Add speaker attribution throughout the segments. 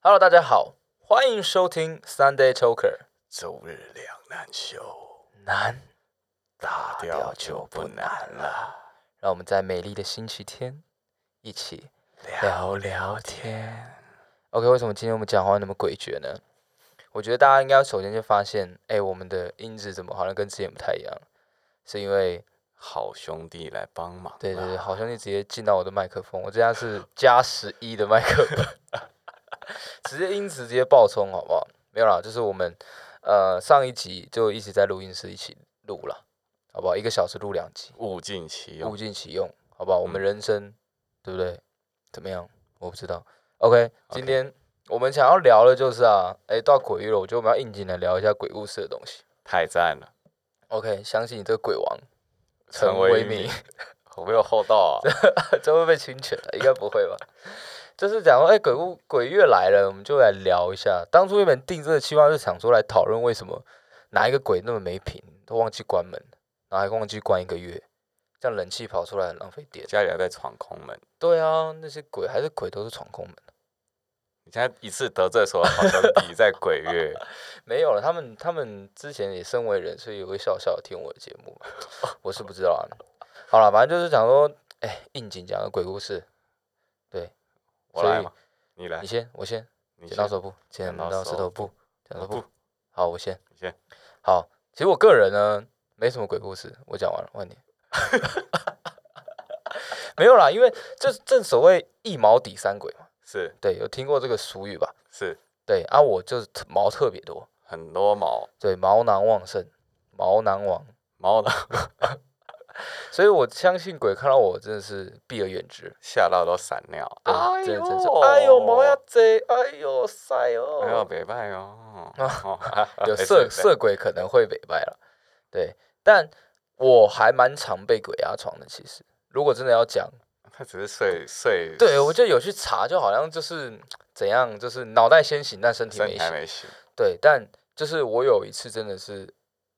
Speaker 1: Hello，大家好，欢迎收听 Sunday Talker，
Speaker 2: 周日两难休，
Speaker 1: 难
Speaker 2: 打掉
Speaker 1: 掉
Speaker 2: 就
Speaker 1: 就
Speaker 2: 不
Speaker 1: 不
Speaker 2: 难了。
Speaker 1: 让我们在美丽的星期天一起
Speaker 2: 聊聊天，
Speaker 1: OK。为什么今天我们讲话那么诡谲呢？我觉得大家应该首先就发现，哎，我们的音质怎么好像跟之前不太一样？是因为
Speaker 2: 好兄弟来帮忙。啊
Speaker 1: 对对对，，好兄弟直接进到我的麦克风，我这家是加十一的麦克风， 直接音质直接爆冲，好不好？没有啦，就是我们呃上一集就一直在录音室一起录了，好不好？一个小时录两集，
Speaker 2: 物尽其
Speaker 1: 物
Speaker 2: 用。
Speaker 1: 尽其用，好不好？我们人生、对不对？怎么样？我不知道。OK，今
Speaker 2: OK
Speaker 1: 天我们想要聊的就是啊，哎，到鬼域了，我觉得我们要应景来聊一下鬼故事的东西。
Speaker 2: 太赞了，
Speaker 1: OK，相信你这个鬼王
Speaker 2: 陈
Speaker 1: 为
Speaker 2: 为民，我没有厚 道啊。
Speaker 1: 这会被侵权的，应该不会吧？ 就是讲说，哎、鬼屋鬼月来了，我们就来聊一下。当初原本定这个计划是想说来讨论为什么哪一个鬼那么没品，都忘记关门，然后还忘记关一个月，这样冷气跑出来很浪费电。
Speaker 2: 家里还在闯空门，
Speaker 1: 对啊，那些鬼还是鬼都是闯空门，
Speaker 2: 你现在一次得罪所有好兄弟，在鬼 月，
Speaker 1: 没有了。他们他们之前也身为人，所以也会笑笑地听我的节目嘛， 我是不知道啊。好了，反正就是讲说，哎、应景讲个鬼故事，
Speaker 2: 我
Speaker 1: 所以
Speaker 2: 来嘛，你来
Speaker 1: 你，先，我先。
Speaker 2: 你
Speaker 1: 剪
Speaker 2: 先
Speaker 1: 刀手布，剪
Speaker 2: 剪刀
Speaker 1: 刀石
Speaker 2: 手
Speaker 1: 头布，剪刀
Speaker 2: 我
Speaker 1: 布
Speaker 2: 不。，
Speaker 1: 好，我先。
Speaker 2: 你先。
Speaker 1: 好，其实我个人呢，没什么鬼故事，我讲完了，换你。 没有啦，因为这正所谓一毛抵三鬼嘛，
Speaker 2: 是
Speaker 1: 对，有听过这个俗语吧？
Speaker 2: 是，
Speaker 1: 对啊，我就是特毛特别多，
Speaker 2: 很多毛
Speaker 1: 对，毛囊旺盛，毛囊王，
Speaker 2: 毛的
Speaker 1: 所以我相信鬼看到我真的是避而远之。
Speaker 2: 吓到都闪尿。
Speaker 1: 对
Speaker 2: 哎
Speaker 1: 真
Speaker 2: 呦
Speaker 1: 的真的是，哎呦，毛要贼，哎呦，塞哦，
Speaker 2: 哎呦，北拜 哦，哦
Speaker 1: 有
Speaker 2: 没事
Speaker 1: 色
Speaker 2: 没事
Speaker 1: 色鬼可能会北拜了，对，但我还蛮常被鬼压床的。其实，如果真的要讲，
Speaker 2: 他只是睡睡，
Speaker 1: 对我就有去查，就好像就是怎样，就是脑袋先醒，但身体
Speaker 2: 身
Speaker 1: 没
Speaker 2: 体还
Speaker 1: 醒。
Speaker 2: 没醒，
Speaker 1: 对，但就是我有一次真的是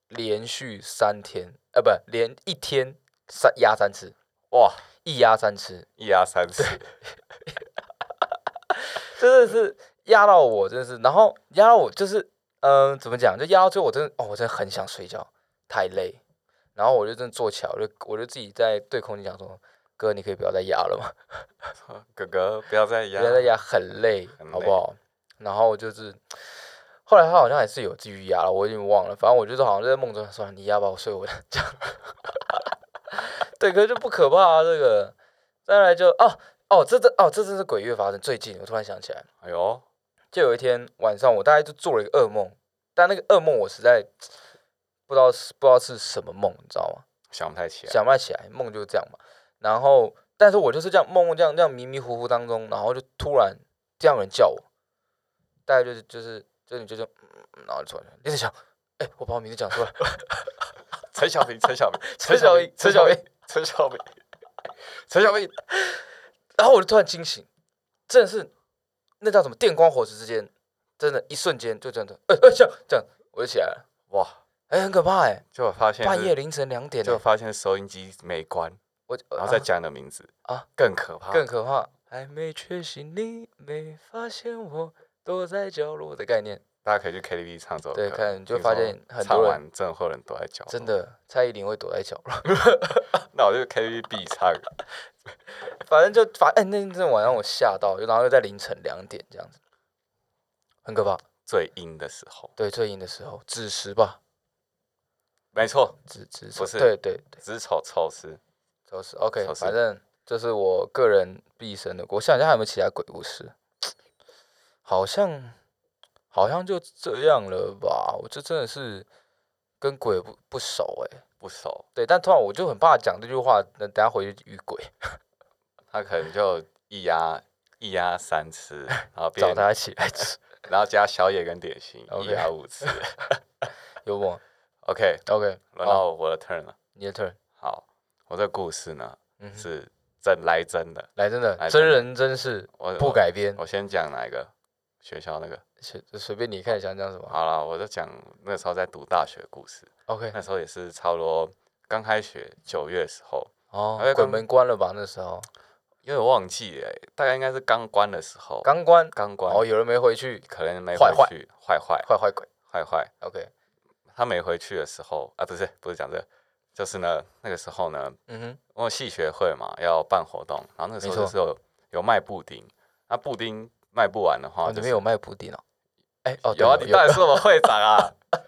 Speaker 1: 连续三天，呃，不，连一天三压三次，
Speaker 2: 哇，
Speaker 1: 一压三次，
Speaker 2: 一压三次，
Speaker 1: 真的是压到我，真的是，然后压到我就是，嗯、怎么讲，就压到最后，我真的，哦，我真的很想睡觉，太累，然后我就真的坐起来，我就我就自己在对空气讲说，哥，你可以不要再压了嘛，
Speaker 2: 哥哥不要再
Speaker 1: 不
Speaker 2: 压，
Speaker 1: 要再压，很累，
Speaker 2: 很
Speaker 1: 好不
Speaker 2: 累
Speaker 1: 好？然后就是，后来他好像还是有继续压了，我已经忘了，反正我就是好像在梦中，算了，你压吧，我睡我的，这样， 对，可是就不可怕啊，这个，再来就，哦哦，这这哦，这真是鬼月发生，最近我突然想起来。
Speaker 2: 哎呦，
Speaker 1: 就有一天晚上，我大概就做了一个噩梦，但那个噩梦我实在不知道是不知道是什么梦，你知道吗？
Speaker 2: 想不太起来，
Speaker 1: 想不太起来，梦就是这样嘛。然后，但是我就是这样梦梦这样这样迷迷糊糊当中，然后就突然这样有人叫我，大概就是就是就你就就，嗯然后就突然林子祥，哎、我把我名字讲出来，
Speaker 2: 陈小平，陈小平，
Speaker 1: 陈小平，陈小平，，
Speaker 2: 陈小平，陈小平，
Speaker 1: 然后我就突然惊醒，真的是那叫什么电光火石之间，真的，一瞬间就这样子，哎、哎、这样这样，我就起来了，
Speaker 2: 哇，
Speaker 1: 哎、很可怕哎、
Speaker 2: 就发现
Speaker 1: 半
Speaker 2: 是
Speaker 1: 夜凌晨两点欸、
Speaker 2: 就发现收音机没关，
Speaker 1: 我就
Speaker 2: 然后再
Speaker 1: 啊
Speaker 2: 讲你的名字
Speaker 1: 啊，
Speaker 2: 更可怕，
Speaker 1: 更可怕，还没确信你没发现我躲在角落的概念，
Speaker 2: 大家可以去 KTV 唱这首
Speaker 1: 对
Speaker 2: 歌
Speaker 1: 看你就
Speaker 2: 听
Speaker 1: 发
Speaker 2: 说
Speaker 1: 现很啊
Speaker 2: 唱
Speaker 1: 多人
Speaker 2: 完真的会有人躲在角，
Speaker 1: 真，的蔡依林会躲在角落，
Speaker 2: 那我就 KTV 必唱，
Speaker 1: 反正就反哎、那那晚上我吓到，然后又在凌晨两点这样子，很可怕。
Speaker 2: 最阴的时候，
Speaker 1: 对，最阴的时候，子时吧，
Speaker 2: 没错，
Speaker 1: 子子
Speaker 2: 不是
Speaker 1: 对对对，
Speaker 2: 子丑丑时，
Speaker 1: 都是 OK，
Speaker 2: 丑时
Speaker 1: 反正这是我个人毕生的故。我想一下还有没有其他鬼故事，好像好像就这样了吧。我这真的是跟鬼不不熟哎、
Speaker 2: 不熟，
Speaker 1: 对，但突然我就很怕讲这句话，等等下回去遇鬼，
Speaker 2: 他可能就一压一压三次，然后变
Speaker 1: 找他一起来吃，
Speaker 2: 然后加宵夜跟点心
Speaker 1: OK
Speaker 2: 一压五次。
Speaker 1: 幽默。
Speaker 2: OK，
Speaker 1: OK，
Speaker 2: 轮
Speaker 1: 好
Speaker 2: 到我的 turn 了。
Speaker 1: 你的 turn，
Speaker 2: 好，我这故事呢
Speaker 1: 嗯哼，
Speaker 2: 是真来真的。
Speaker 1: 来真的
Speaker 2: 来
Speaker 1: 真
Speaker 2: 真的
Speaker 1: 人真事
Speaker 2: 我
Speaker 1: 不
Speaker 2: 我
Speaker 1: 改编，
Speaker 2: 我先讲哪一个学校那个？
Speaker 1: 随随便你看你想讲什么。
Speaker 2: 好了，我就讲那时候在读大学的故事。
Speaker 1: OK，
Speaker 2: 那时候也是差不多刚开学九月的时候，
Speaker 1: 哦
Speaker 2: 我在，
Speaker 1: 鬼
Speaker 2: 跟
Speaker 1: 门关了吧那时候？
Speaker 2: 有点忘记了欸，大概应该是刚关的时候，
Speaker 1: 刚关，
Speaker 2: 哦刚关，
Speaker 1: 哦，有人没回去，
Speaker 2: 可能没
Speaker 1: 坏
Speaker 2: 回
Speaker 1: 坏
Speaker 2: 去，坏坏
Speaker 1: 坏坏鬼
Speaker 2: 坏坏，
Speaker 1: ，OK，
Speaker 2: 他没回去的时候啊，不是不是讲这个，就是呢那个时候呢，
Speaker 1: 嗯哼，
Speaker 2: 因为系学会嘛要办活动，然后那个时候
Speaker 1: 没错
Speaker 2: 就是有有卖布丁，那布丁卖不完的话，
Speaker 1: 哦，
Speaker 2: 就是
Speaker 1: 里面有卖布丁哦，哎，哦，对
Speaker 2: 有啊，
Speaker 1: 哦
Speaker 2: 你到底是我们会长啊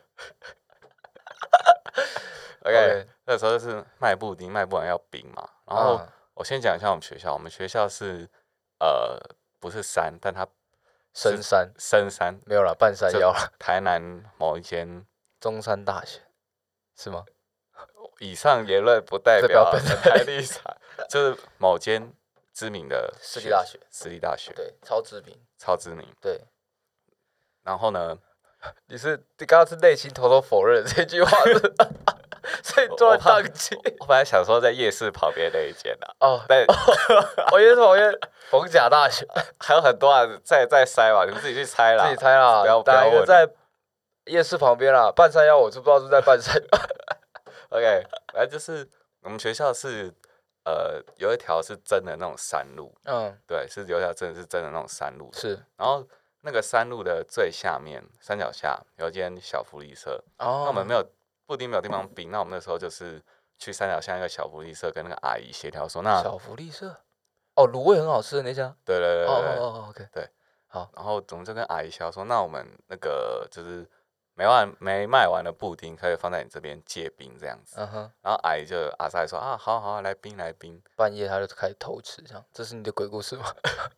Speaker 2: ？OK，
Speaker 1: OK，
Speaker 2: 那时候就是卖布丁，卖不完要冰嘛。然后
Speaker 1: 啊
Speaker 2: 我先讲一下我们学校，我们学校是呃不是山，但它
Speaker 1: 深山
Speaker 2: 深山，
Speaker 1: 没有啦，半山
Speaker 2: 这
Speaker 1: 腰啦，
Speaker 2: 台南某一间。
Speaker 1: 中山大学是吗？
Speaker 2: 以上言论不代
Speaker 1: 代
Speaker 2: 表
Speaker 1: 表
Speaker 2: 本
Speaker 1: 本
Speaker 2: 台立场，就是某间知名的
Speaker 1: 私立
Speaker 2: 学
Speaker 1: 大学，
Speaker 2: 私立大学
Speaker 1: 对，超知名，
Speaker 2: 超知名。
Speaker 1: 对，
Speaker 2: 然后呢，
Speaker 1: 你是你刚刚是内心偷偷否认这句话是 吧，所以突
Speaker 2: 我
Speaker 1: 然
Speaker 2: 怕
Speaker 1: 宕机。
Speaker 2: 我本来想说在夜市旁边那一间的、啊，
Speaker 1: 哦，
Speaker 2: 但
Speaker 1: 我也是我也逢甲大学，
Speaker 2: 还有很多啊，在在塞嘛，你们自己去猜啦。
Speaker 1: 自己猜啦
Speaker 2: 不要，不要
Speaker 1: 哪一
Speaker 2: 问
Speaker 1: 个
Speaker 2: 了
Speaker 1: 在夜市旁边啦？半山腰我知不知道是在半山
Speaker 2: OK，反正就是我们学校是呃有一条是真的那种山路，
Speaker 1: 嗯，
Speaker 2: 对，是有一条真的是真的那种山路。
Speaker 1: 是
Speaker 2: 然后那个山路的最下面山脚下有一间小福利社，
Speaker 1: 哦
Speaker 2: 那我们没有布丁没有地方冰，那我们那时候就是去三角巷一个小福利社跟那个阿姨协调说，那
Speaker 1: 小福利社哦，卤味很好吃的那家。
Speaker 2: 对对对
Speaker 1: 哦
Speaker 2: 对对
Speaker 1: 哦哦，OK，
Speaker 2: 然后总就跟阿姨协调说，那我们那个就是没完没卖完的布丁可以放在你这边借冰这样子，
Speaker 1: 嗯哼，
Speaker 2: 然后阿姨就阿塞说啊，好好啊来冰来冰，
Speaker 1: 半夜他就开始偷吃，这样，这是你的鬼故事吗？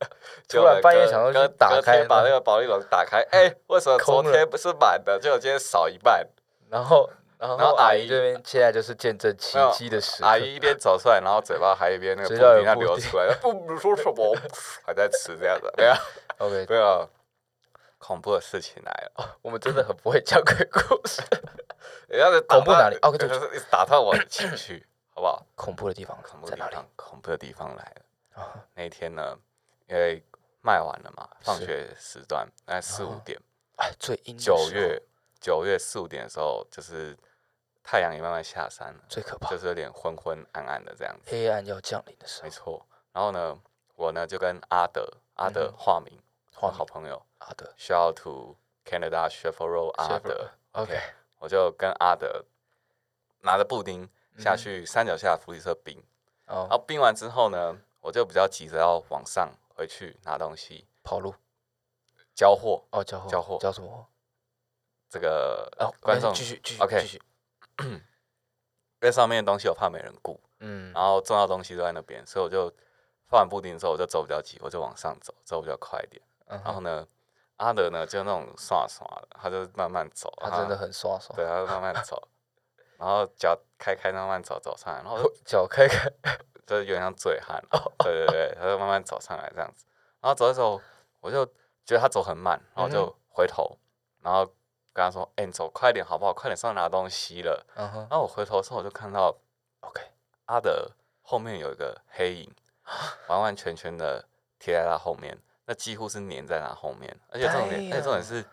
Speaker 2: 结
Speaker 1: 突
Speaker 2: 果
Speaker 1: 然半夜
Speaker 2: 隔
Speaker 1: 想要去
Speaker 2: 隔
Speaker 1: 打
Speaker 2: 隔
Speaker 1: 开
Speaker 2: 天把
Speaker 1: 那
Speaker 2: 那个保利龙打开， 哎，为什么昨
Speaker 1: 空了
Speaker 2: 天不是满的，结果今天少一半？
Speaker 1: 然后，然
Speaker 2: 然后
Speaker 1: 后
Speaker 2: 阿
Speaker 1: 阿
Speaker 2: 姨
Speaker 1: 姨这边现在就是见证奇
Speaker 2: 没有
Speaker 1: 迹的时刻。
Speaker 2: 阿姨一边走出来，然后嘴巴还一边那 个布
Speaker 1: 嘴角有
Speaker 2: 丁要
Speaker 1: 布
Speaker 2: 流
Speaker 1: 丁
Speaker 2: 出来， 不你说什么， 还在吃这样子，没有。
Speaker 1: ，OK，
Speaker 2: 不要恐怖的事情来 了，
Speaker 1: 我们真的很不会讲鬼故事，
Speaker 2: 人家在
Speaker 1: 恐怖哪里哦对不
Speaker 2: 就是一直打断我的情 绪，好不好？
Speaker 1: 恐怖的地方
Speaker 2: 恐怖的
Speaker 1: 在
Speaker 2: 地
Speaker 1: 哪里？
Speaker 2: 方，恐怖的地方来了。
Speaker 1: 啊，
Speaker 2: 那一天呢，因为卖完了嘛，放
Speaker 1: 是
Speaker 2: 学时段大概四五
Speaker 1: 哦
Speaker 2: 点，
Speaker 1: 哎，最阴的时候
Speaker 2: 九月九月四五点的时候，就是太阳也慢慢下山了，
Speaker 1: 最可怕
Speaker 2: 就，是有点昏昏暗暗的这样子，
Speaker 1: 黑暗要降临的时
Speaker 2: 没
Speaker 1: 候，
Speaker 2: 错。然后呢，我呢就跟阿德，阿德
Speaker 1: 嗯
Speaker 2: 化名，
Speaker 1: 画
Speaker 2: 好
Speaker 1: 好
Speaker 2: 朋友
Speaker 1: 阿德，
Speaker 2: ，shout out to Canada Chevrolet 阿德。
Speaker 1: ，OK，
Speaker 2: 我就跟阿德拿着布丁
Speaker 1: 嗯
Speaker 2: 下去山脚下的福利社冰，然
Speaker 1: 哦，
Speaker 2: 后冰完之后呢，我就比较急着要往上回去拿东西
Speaker 1: 跑路，
Speaker 2: 交货。
Speaker 1: 哦，交货，
Speaker 2: 交货
Speaker 1: 交什么货？
Speaker 2: 这个
Speaker 1: 哦，
Speaker 2: 观
Speaker 1: 没事
Speaker 2: 众
Speaker 1: 继续继续
Speaker 2: OK
Speaker 1: 继续，
Speaker 2: 在上面的东西我怕没人顾，
Speaker 1: 嗯
Speaker 2: 然后重要东西都在那边，所以我就放完布丁之后我就走比较急，我就往上走，走比较快一点。
Speaker 1: 嗯
Speaker 2: 然后
Speaker 1: 哼，
Speaker 2: 呢，阿德呢就那种刷啊刷的，他就慢慢走，
Speaker 1: 他真的很刷手，
Speaker 2: 啊对，他就慢慢 走，然后脚开开慢慢走走上来，然后我就
Speaker 1: 脚开开，
Speaker 2: 就是有点像醉汉啊，对对对，他就慢慢走上来这样子，然后走的时候，我就觉得他走很慢，然后我
Speaker 1: 嗯
Speaker 2: 就回头，然后跟他说：“哎、你走快点好不好？快点上来拿东西了。
Speaker 1: 嗯”哼
Speaker 2: 然后我回头的时候，我就看到
Speaker 1: ，OK，
Speaker 2: 阿德后面有一个黑影，完完全全的贴在他后面，那几乎是粘在他后面，而且重点，而且重点是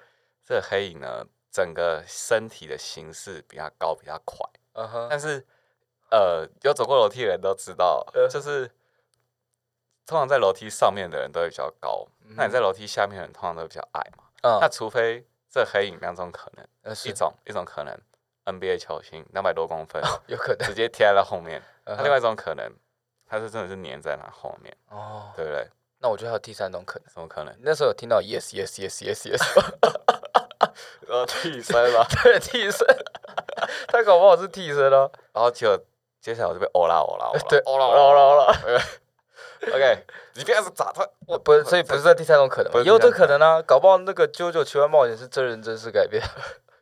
Speaker 2: 这个黑影呢，整个身体的形式比他高，比他快。
Speaker 1: 嗯哼，
Speaker 2: 但是呃，有走过楼梯的人都知道，
Speaker 1: 呃
Speaker 2: 就是通常在楼梯上面的人都会比较高，那
Speaker 1: 嗯
Speaker 2: 你在楼梯下面的人通常都会比较矮嘛。那
Speaker 1: 嗯
Speaker 2: 除非这黑影两种可能，
Speaker 1: 呃，
Speaker 2: 一
Speaker 1: 是
Speaker 2: 种一种可能 NBA 球星两百多公分，
Speaker 1: 有可能，
Speaker 2: 直接贴在他后面；
Speaker 1: 哦嗯
Speaker 2: 那
Speaker 1: 哼
Speaker 2: 另外一种可能，他是真的是粘在他后面，
Speaker 1: 哦，
Speaker 2: 对不对？
Speaker 1: 那我觉得还有第三种可能，
Speaker 2: 怎么可能
Speaker 1: 你？那时候有听到 yes yes yes yes yes，吗
Speaker 2: 呃，替身嘛。
Speaker 1: 对，替身， 他搞不好是替身哦，
Speaker 2: 然后就接下来我就被欧拉欧拉欧拉，
Speaker 1: 对
Speaker 2: 欧拉欧
Speaker 1: 欧拉
Speaker 2: 拉欧
Speaker 1: 欧
Speaker 2: 拉
Speaker 1: 拉。
Speaker 2: OK，你不要是砸他，
Speaker 1: 我不是，所以不是在第三种可能
Speaker 2: 不
Speaker 1: 嘛，
Speaker 2: 是
Speaker 1: 也
Speaker 2: 第
Speaker 1: 有这
Speaker 2: 三种
Speaker 1: 可能啊，搞不好那个《九九奇幻冒险》是真人真事改编。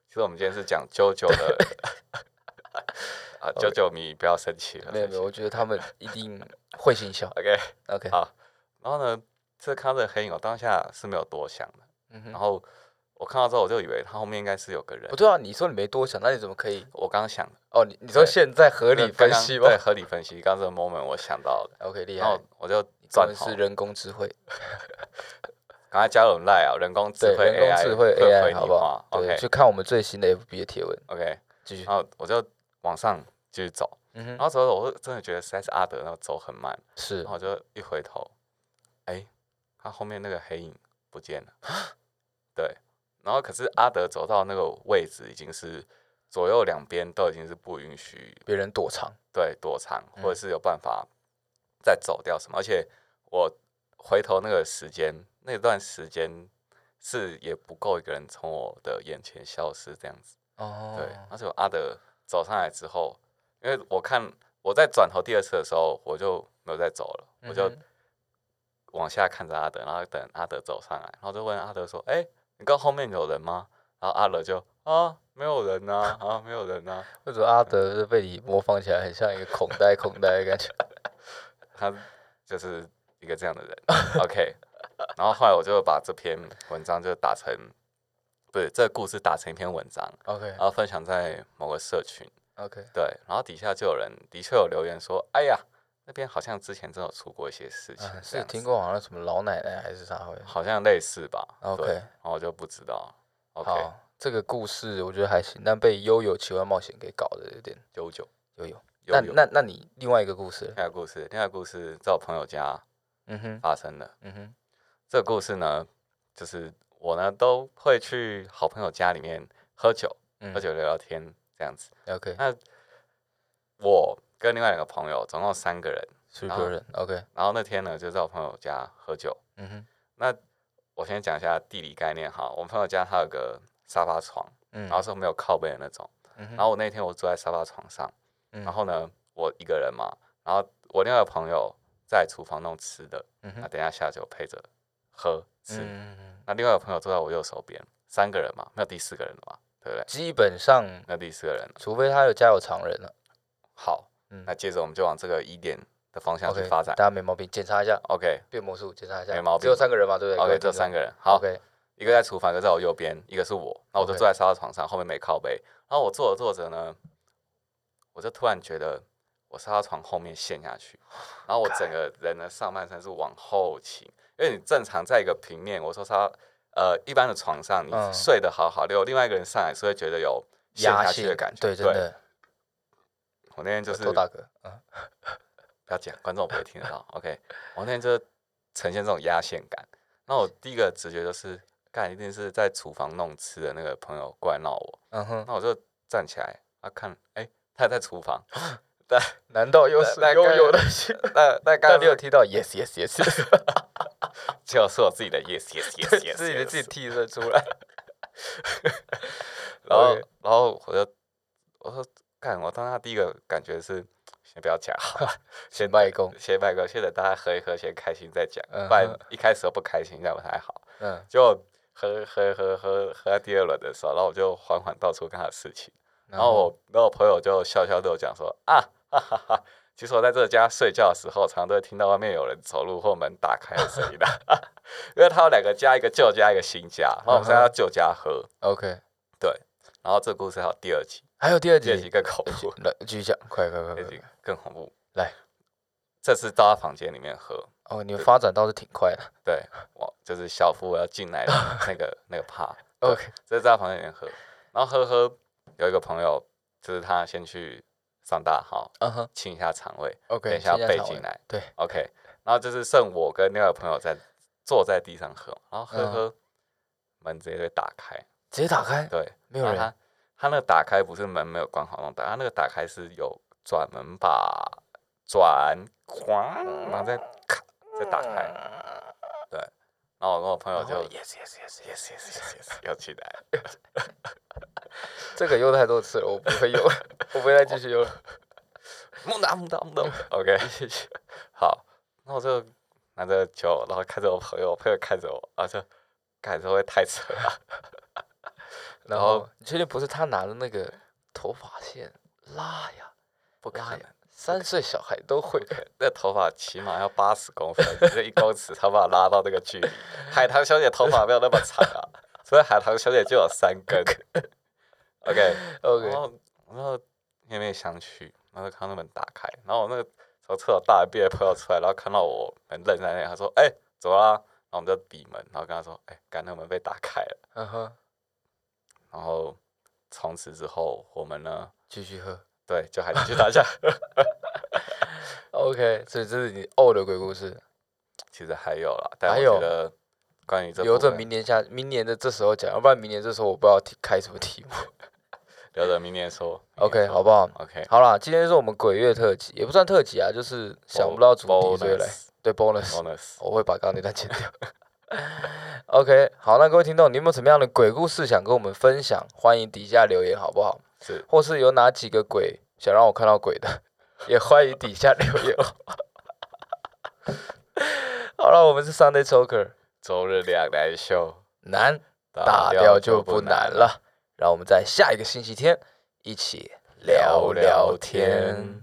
Speaker 2: 其实我们今天是讲啾啾的，啊，啾啾迷不要生气了。
Speaker 1: 没有没有，我觉得他们一定会心 笑。
Speaker 2: OK，
Speaker 1: OK，
Speaker 2: 好然后呢，这看到这个黑影，我当下是没有多想的。
Speaker 1: 嗯
Speaker 2: 然
Speaker 1: 哼，
Speaker 2: 后我看到之后，我就以为他后面应该是有个人
Speaker 1: 不。对啊，你说你没多想，那你怎么可以？
Speaker 2: 我刚想的，
Speaker 1: 哦，你你说
Speaker 2: 对
Speaker 1: 现在合
Speaker 2: 合
Speaker 1: 理分析吗
Speaker 2: 对，合理分析。刚刚这个 moment 我想到的，
Speaker 1: ？OK，厉
Speaker 2: 然
Speaker 1: 害
Speaker 2: 后，我就
Speaker 1: 你根
Speaker 2: 转
Speaker 1: 本
Speaker 2: 头
Speaker 1: 是，人工智慧。
Speaker 2: 赶快加入 Line 啊，人工智
Speaker 1: 对，
Speaker 2: 慧 AI，
Speaker 1: 人工智
Speaker 2: 会
Speaker 1: 慧
Speaker 2: 回
Speaker 1: AI
Speaker 2: 你
Speaker 1: 好不好
Speaker 2: 话？
Speaker 1: 对，
Speaker 2: ？OK
Speaker 1: 去看我们最新的 FB 的贴文，
Speaker 2: OK，
Speaker 1: 继续
Speaker 2: 然。后我就往上继续走，
Speaker 1: 嗯
Speaker 2: 然
Speaker 1: 哼，
Speaker 2: 后走走，我是真的觉得实在是阿德那个走很慢，
Speaker 1: 是
Speaker 2: 然后我就一回头，哎、他后面那个黑影不见了， 对，然后可是阿德走到那个位置已经是左右两边都已经是不允许
Speaker 1: 别人躲藏，
Speaker 2: 对躲藏，或者
Speaker 1: 嗯
Speaker 2: 是有办法再走掉什么，而且我回头那个时间那段时间是也不够一个人从我的眼前消失这样子。
Speaker 1: 哦，
Speaker 2: 对，而且我阿德走上来之后，因为我看我在转头第二次的时候，我就没有再走了，我就
Speaker 1: 嗯哼
Speaker 2: 往下看着阿德，然后等阿德走上来，然后就问阿德说：“哎、你刚后面有人吗？”然后阿德就啊，没有人呐、啊，没有人呐、
Speaker 1: 为什么阿德是被你模仿起来很像一个孔呆孔呆的感 觉？
Speaker 2: 他就是一个这样的人。OK，然 后后来我就把这篇文章就打成，不是这个故事打成一篇文章，
Speaker 1: OK
Speaker 2: 然后分享在某个社群。
Speaker 1: OK，
Speaker 2: 对，然后底下就有人的确有留言说，哎呀，那边好像之前真的有出过一些事情，
Speaker 1: 啊，
Speaker 2: 这
Speaker 1: 是
Speaker 2: 样
Speaker 1: 听
Speaker 2: 子，
Speaker 1: 过好像什么老奶奶还是啥会？
Speaker 2: 好像类似吧
Speaker 1: OK
Speaker 2: 对然后我就不知道。OK，
Speaker 1: 好，这个故事我觉得还行，但被《悠悠奇幻冒险》给搞得有点
Speaker 2: 悠久，
Speaker 1: 悠悠。
Speaker 2: 悠
Speaker 1: 那
Speaker 2: 久。
Speaker 1: 那那你另外一个故事，
Speaker 2: 另外故事，另外故事在我朋友家
Speaker 1: 嗯哼，
Speaker 2: 发生的。
Speaker 1: 嗯哼，
Speaker 2: 这个故事呢，就是我呢都会去好朋友家里面喝酒，
Speaker 1: 嗯
Speaker 2: 喝酒聊聊天这样子。
Speaker 1: ，OK，
Speaker 2: 那我跟另外两个朋友总共三个人，
Speaker 1: 是
Speaker 2: 然
Speaker 1: 多
Speaker 2: 后
Speaker 1: 人，OK，
Speaker 2: 然后那天呢就在我朋友家喝酒。
Speaker 1: 嗯哼，
Speaker 2: 那我先讲一下地理概念哈。我们朋友家他有个沙发床，
Speaker 1: 嗯，
Speaker 2: 然后是没有靠背的那种。
Speaker 1: 嗯哼，
Speaker 2: 然后我那天我坐在沙发床上，
Speaker 1: 嗯
Speaker 2: 然后呢我一个人嘛，然后我另外一个朋友在厨房弄吃的，
Speaker 1: 嗯
Speaker 2: 那
Speaker 1: 哼，
Speaker 2: 等一下下酒配着喝吃。
Speaker 1: 嗯嗯，
Speaker 2: 那另外一个朋友坐在我右手边，三个人嘛，没有第四个人了嘛，对不对？
Speaker 1: 基本上，
Speaker 2: 那第四个人了
Speaker 1: 除非他有家有常人了
Speaker 2: 好，
Speaker 1: 嗯
Speaker 2: 那接着我们就往这个疑点的方向去
Speaker 1: ，OK，
Speaker 2: 发展。
Speaker 1: 大家没毛病，检查一下
Speaker 2: OK
Speaker 1: 变魔术，检查一下，
Speaker 2: 没毛
Speaker 1: 只有
Speaker 2: 病
Speaker 1: 三个人嘛，对不对
Speaker 2: OK，这三
Speaker 1: 个，
Speaker 2: 个人好，
Speaker 1: ，OK，
Speaker 2: 一个在厨房，一个在我右边，一个是我，那我就
Speaker 1: OK
Speaker 2: 坐在沙发床上，后面没靠背。然后我坐着坐着呢，我就突然觉得我沙发床后面陷下去，然后我整个人的上半身是往后倾，因为你正常在一个平面，我说沙呃一般的床上，你
Speaker 1: 嗯
Speaker 2: 睡得好好的，有另外一个人上来是会觉得有陷
Speaker 1: 压
Speaker 2: 下去
Speaker 1: 线
Speaker 2: 的感觉。
Speaker 1: 对，真的，
Speaker 2: 我那天就是
Speaker 1: 头大哥，嗯
Speaker 2: 不要讲，观众不会听得到。OK，我那 天就呈现这种压线感。那我第一个直觉就是，干一定是在厨房弄吃的那个朋友过来闹我。
Speaker 1: 嗯 哼，
Speaker 2: 那我就站起来，啊看，哎、他在厨房，
Speaker 1: 难道又
Speaker 2: 那
Speaker 1: 是
Speaker 2: 那
Speaker 1: 悠
Speaker 2: 个
Speaker 1: 悠的 心？
Speaker 2: 那那刚
Speaker 1: 但
Speaker 2: 刚
Speaker 1: 你
Speaker 2: 就
Speaker 1: 有听到 yes yes yes，
Speaker 2: 就是我 自己的 yes yes yes yes，
Speaker 1: 自己的
Speaker 2: yes
Speaker 1: 自己替身出来，
Speaker 2: 然后
Speaker 1: OK
Speaker 2: 然后我就我说，看，我当下第一个感觉是，先不要讲 好了，
Speaker 1: 先拜功，
Speaker 2: 先拜个，先等大家喝一喝，先开心再讲，
Speaker 1: 嗯
Speaker 2: 不然
Speaker 1: 哼
Speaker 2: 一开始都不开心，这样不太好。
Speaker 1: 嗯，
Speaker 2: 就喝喝喝喝喝到第二轮的时候，然后我就缓缓道出刚才的事情，然后我然后我朋友就笑笑对我讲说啊哈哈哈，其实我在这家睡觉的时候，常常都会听到外面有人走路或门打开的声音的，因为他有两个家，一个旧家，一个新家，然后我们现在
Speaker 1: 嗯哼
Speaker 2: 到旧家喝，
Speaker 1: OK，
Speaker 2: 对，然后这故事还有第二集，
Speaker 1: 还有第二
Speaker 2: 第二集
Speaker 1: 集，
Speaker 2: 更恐怖，
Speaker 1: 来继续讲，快快
Speaker 2: 第
Speaker 1: 快
Speaker 2: 二
Speaker 1: 快快
Speaker 2: 集更恐怖，
Speaker 1: 来，
Speaker 2: 这次到他房间里面喝。
Speaker 1: 哦，你们发展倒是挺快的
Speaker 2: 对，我就是小夫要进来的那个那个怕，对
Speaker 1: ，OK，
Speaker 2: 这是在旁边有人喝，然后喝喝有一个朋友，就是他先去上大号
Speaker 1: 嗯哼
Speaker 2: 清一下肠胃
Speaker 1: ，OK，
Speaker 2: 等一下
Speaker 1: 现在
Speaker 2: 背
Speaker 1: 场
Speaker 2: 进
Speaker 1: 位
Speaker 2: 来
Speaker 1: 对，
Speaker 2: ，OK，然后就是剩我跟另外一个朋友在坐在地上喝，然后喝
Speaker 1: 嗯
Speaker 2: 喝、门直接被打开，
Speaker 1: 直接打开，
Speaker 2: 对，
Speaker 1: 没有
Speaker 2: 然后
Speaker 1: 人，
Speaker 2: 他他那个打开不是门没有关好那种打开，他那个打开是有转门把转哐，然后再咔再打开，对，然后我跟我朋友
Speaker 1: 嗯然
Speaker 2: 就
Speaker 1: 后 yes yes yes yes yes，
Speaker 2: yes yes 要起来。
Speaker 1: 这个用太多次了，我不会用 了，我不会再继续用了，
Speaker 2: 木达木达木达，OK，好，那我就拿着酒，然后看着我朋友，我朋友看着我，然后就，感这会不会太扯啊了，
Speaker 1: 然
Speaker 2: 然
Speaker 1: 后
Speaker 2: 后
Speaker 1: 你确定不是他拿的那个头发线拉呀？
Speaker 2: 不可
Speaker 1: 拉
Speaker 2: 能
Speaker 1: 呀，，三岁小孩都会，
Speaker 2: 那头发起码要八十公分，这一公尺才把它拉到那个距离。海棠小姐头发没有那么长啊，所以海棠小姐就有三根。OK，
Speaker 1: OK，
Speaker 2: 然后然后面面相觑，然后就看到那门打开，然后我那个从厕所大便的朋友出来，然后看到我们愣在那里，他说：“哎、走啦、然后我们就闭门，然后跟他说：“哎、刚刚那门被打开了。
Speaker 1: 嗯哼，”
Speaker 2: 然后从此之后，我们呢
Speaker 1: 继续喝，
Speaker 2: 对，就还是去打 架。
Speaker 1: OK，所以这是你 old 的鬼故事，
Speaker 2: 其实还有啦，但
Speaker 1: 还
Speaker 2: 我
Speaker 1: 有
Speaker 2: 觉得关于这
Speaker 1: 留
Speaker 2: 部
Speaker 1: 着
Speaker 2: 分
Speaker 1: 明年下明年的这时候讲，要不然明年这时候我不知道题开什么题目。
Speaker 2: 留着明年说。明年
Speaker 1: OK，
Speaker 2: 说
Speaker 1: 好不好？
Speaker 2: OK，
Speaker 1: 好啦，今天是我们鬼月特辑，也不算特辑啊，就是想不到主题所以来
Speaker 2: bonus
Speaker 1: 对 bonus，
Speaker 2: bonus，
Speaker 1: 我会把刚刚那段剪掉。OK，好，那各位听众，你有没有什么样的鬼故事想跟我们分享？欢迎底下留言，好不好？
Speaker 2: 是
Speaker 1: 或是有哪几个鬼想让我看到鬼的， 也欢迎底下留言。哦 好了，我们是 Sunday Talker，
Speaker 2: 周日两难秀，
Speaker 1: 难打掉就不难
Speaker 2: 了。
Speaker 1: 了。让我们在下一个星期天一起聊聊天。